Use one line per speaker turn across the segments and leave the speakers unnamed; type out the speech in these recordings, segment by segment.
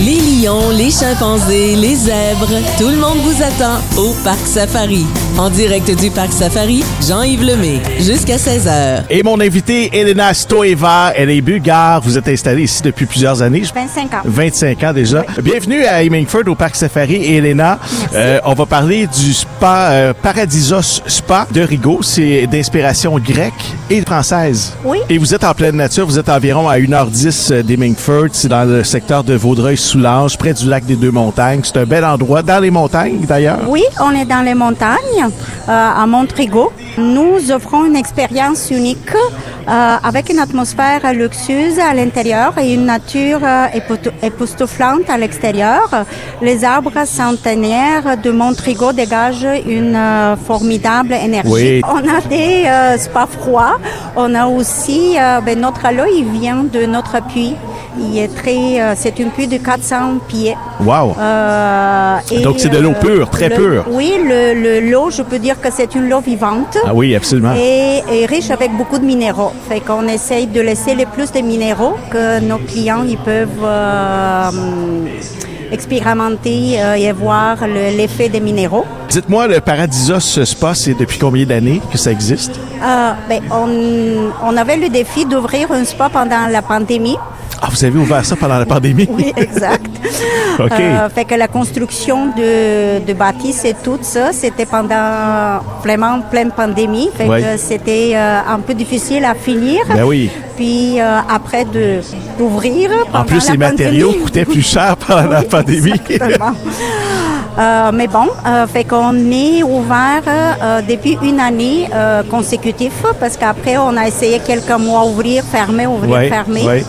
lions, les chimpanzés, les zèbres, tout le monde vous attend au Parc Safari. En direct du Parc Safari, Jean-Yves Lemay, jusqu'à 16h.
Et mon invité, Elena Stoeva, elle est bulgare. Vous êtes installée ici depuis plusieurs années. Je-
25 ans.
25 ans déjà. Bienvenue à Hemingford au Parc Safari. Et Elena, euh, on va parler du spa euh, Paradisos Spa de Rigaud. C'est d'inspiration grecque et française.
Oui.
Et vous êtes en pleine nature. Vous êtes environ à 1h10 euh, d'Hemingford. C'est dans le secteur de Vaudreuil-Soulanges, près du lac des Deux-Montagnes. C'est un bel endroit, dans les montagnes d'ailleurs.
Oui, on est dans les montagnes, euh, à Montrigo. Nous offrons une expérience unique euh, avec une atmosphère luxueuse à l'intérieur et une nature euh, épout- époustouflante à l'extérieur. Les arbres centenaires de Montrigo dégagent une euh, formidable énergie.
Oui.
On a des euh, spas froids. On a aussi euh, ben, notre aloe, il vient de notre puits. Il est très, euh, c'est une puits de 400 pieds.
Wow.
Euh, et,
Donc, c'est de l'eau pure, très
le-
pure.
Oui, le, le- l'eau, je peux dire que c'est une l'eau vivante.
Ah oui, absolument.
Et, et riche avec beaucoup de minéraux. Fait qu'on essaye de laisser le plus de minéraux que nos clients ils peuvent euh, hum, expérimenter euh, et voir le- l'effet des minéraux.
Dites-moi, le Paradisos Spa, c'est depuis combien d'années que ça existe?
Euh, ben, on, on avait le défi d'ouvrir un spa pendant la pandémie.
Ah, vous avez ouvert ça pendant la pandémie?
Oui, exact.
OK.
Euh, fait que la construction de, de bâtisses et tout ça, c'était pendant vraiment pleine pandémie. Fait
Ouais.
que c'était euh, un peu difficile à finir.
Ben oui.
Puis euh, après de d'ouvrir.
En
pendant
plus,
la
les matériaux
pandémie.
coûtaient plus cher pendant la
Oui,
pandémie.
exactement. Euh, mais bon, euh, fait qu'on est ouvert euh, depuis une année euh, consécutive parce qu'après on a essayé quelques mois ouvrir, fermer, ouvrir,
Ouais,
fermer.
ouais.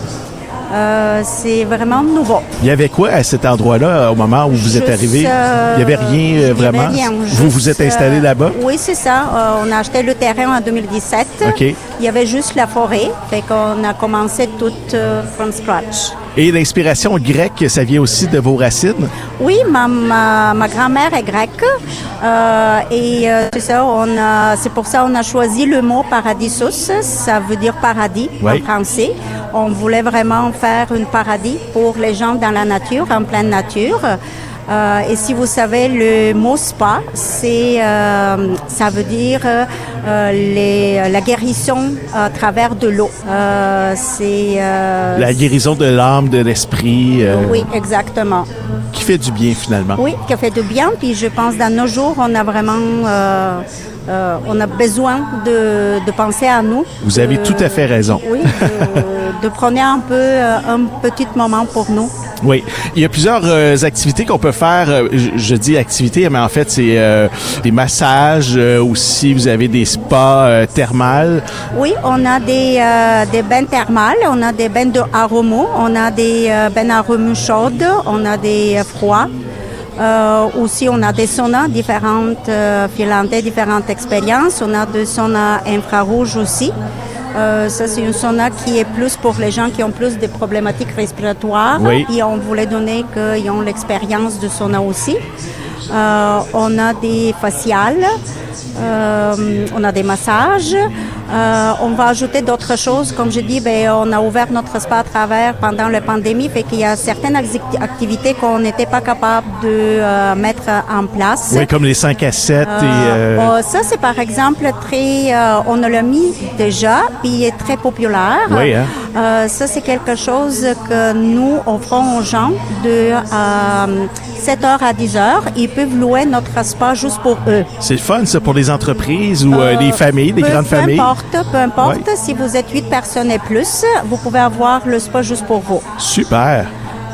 Euh, c'est vraiment nouveau.
Il y avait quoi à cet endroit-là au moment où vous êtes
Juste,
arrivé?
euh,
Il n'y avait rien euh,
il y
vraiment?
avait rien,
vous vous
juste,
êtes installé
euh,
là-bas?
Oui, c'est ça. Euh, on a acheté le terrain en 2017.
OK.
Il y avait juste la forêt, fait qu'on a commencé tout euh, from scratch.
Et l'inspiration grecque, ça vient aussi de vos racines?
Oui, ma, ma, ma grand-mère est grecque euh, et euh, c'est ça, on a- c'est pour ça on a choisi le mot paradisus, ça veut dire paradis
Oui.
en français. On voulait vraiment faire un paradis pour les gens dans la nature, en pleine nature. Euh, et si vous savez, le mot spa, c'est, euh, ça veut dire euh, euh, les- la guérison à travers de l'eau. Euh, c'est euh,
La guérison de l'âme, de l'esprit, euh,
oui, exactement.
qui fait du bien finalement.
Oui, qui a fait de bien. Puis je pense dans nos jours, on a vraiment euh, euh, on a besoin de, de penser à nous. Euh,
Vous avez tout à fait raison.
Oui, de, de prendre un peu euh, un petit moment pour nous.
Oui, il y a plusieurs euh, activités qu'on peut faire. euh, je, je dis activités, mais en fait, c'est euh, des massages. euh, aussi, vous avez des spas euh, thermales.
Oui, on a des, euh, des bains thermales, on a des bains de aromaux, on a des euh, bains aromaux chaudes, on a des euh, froids. Euh, aussi, on a des saunas différentes, euh, finlandais, différentes expériences. On a des saunas infrarouges aussi. Euh, ça, c'est une sauna qui est plus pour les gens qui ont plus des problématiques respiratoires.
Oui.
Et on voulait donner qu'ils ont l'expérience de sauna aussi. Euh, on a des faciales, euh, on a des massages. Euh, on va ajouter d'autres choses. Comme je dis, ben, on a ouvert notre spa à travers pendant la pandémie, fait qu'il y a certaines acti- activités qu'on n'était pas capable de euh, mettre en place.
Oui, comme les 5 à 7 et... euh,
Euh, ça, c'est par exemple très. euh, on l'a mis déjà, puis il est très populaire.
Oui, hein.
Euh, ça, c'est quelque chose que nous offrons aux gens de euh, 7h à 10h. Ils peuvent louer notre spa juste pour eux.
C'est le fun, ça, pour les entreprises ou euh, les familles, les
Peu-
grandes
Ah, ben, peu
familles.
Importe, peu importe,
Ouais.
si vous êtes 8 personnes et plus, vous pouvez avoir le spa juste pour vous.
Super.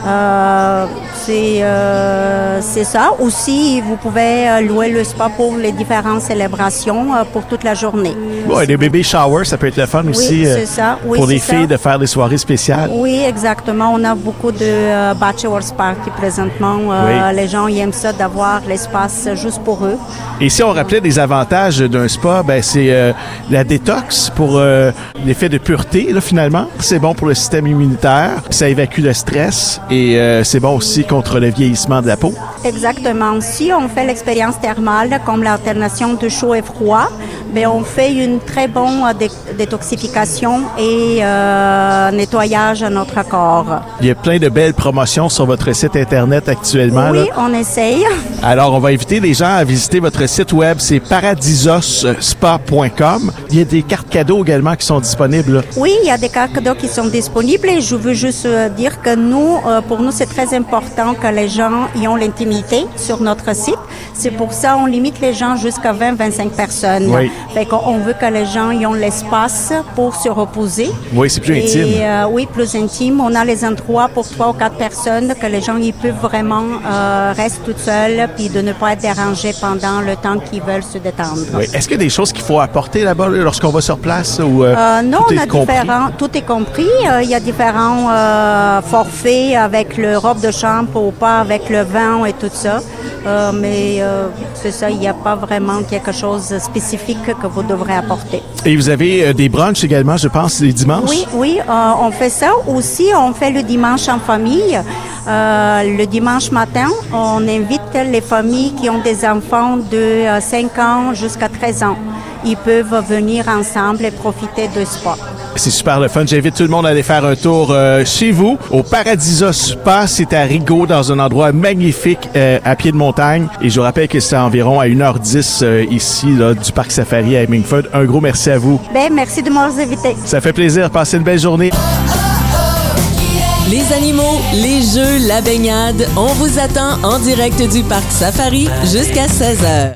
Euh, c'est euh, c'est ça. Aussi, vous pouvez euh, louer le spa pour les différentes célébrations euh, pour toute la journée.
Ouais, les bébés shower, ça peut être le fun aussi euh,
c'est ça. Oui,
pour les
c'est ça.
filles de faire des soirées spéciales.
Oui, exactement. On a beaucoup de euh, bachelor's party présentement. Euh,
Oui.
Les gens ils aiment ça d'avoir l'espace juste pour eux.
Et si on rappelait des avantages d'un spa, ben c'est euh, la détox pour euh, l'effet de pureté là, finalement. C'est bon pour le système immunitaire, ça évacue le stress, et euh, c'est bon aussi contre le vieillissement de la peau.
Exactement. Si on fait l'expérience thermale comme l'alternation de chaud et froid, mais on fait une très bonne euh, dé- détoxification et euh, nettoyage à notre corps.
Il y a plein de belles promotions sur votre site Internet actuellement. Ben, là.
Oui, on essaye.
Alors, on va inviter les gens à visiter votre site web, c'est paradisosspa.com. Il y a des cartes cadeaux également qui sont disponibles. là.
Oui, il y a des cartes cadeaux qui sont disponibles et je veux juste euh, dire que nous, euh, pour nous, c'est très important que les gens y ont l'intimité sur notre site. C'est pour ça on limite les gens jusqu'à 20-25 personnes.
Oui.
Fait qu'on on veut que les gens y ont l'espace pour se reposer.
Oui, c'est plus
Et,
intime.
euh, oui, plus intime. On a les endroits pour trois ou quatre personnes que les gens y peuvent vraiment euh, rester toutes seules puis de ne pas être dérangés pendant le temps qu'ils veulent se détendre.
Oui. Est-ce qu'il y a des choses qu'il faut apporter là-bas là, lorsqu'on va sur place ou euh,
Euh, non,
tout
on
est
a
compris?
différents, tout est compris. Euh, Il y a différents euh, forfaits avec le robe de chambre ou pas, avec le vin et tout ça. Euh, mais euh, c'est ça, il n'y a pas vraiment quelque chose de spécifique que vous devrez apporter.
Et vous avez euh, des brunchs également, je pense, les dimanches.
Oui, oui, euh, on fait ça. Aussi, on fait le dimanche en famille. Euh, le dimanche matin, on invite les familles qui ont des enfants de euh, 5 ans jusqu'à 13 ans. Ils peuvent venir ensemble et profiter de ce sport.
C'est super le fun. J'invite tout le monde à aller faire un tour euh, chez vous au Paradiso Spa. C'est à Rigaud, dans un endroit magnifique euh, à pied de montagne. Et je vous rappelle que c'est environ à 1h10 euh, ici là, du parc Safari à Hemingford. Un gros merci à vous.
Ben, merci de m'avoir invité.
Ça fait plaisir. Passez une belle journée.
Les animaux, les jeux, la baignade, on vous attend en direct du parc Safari jusqu'à 16h.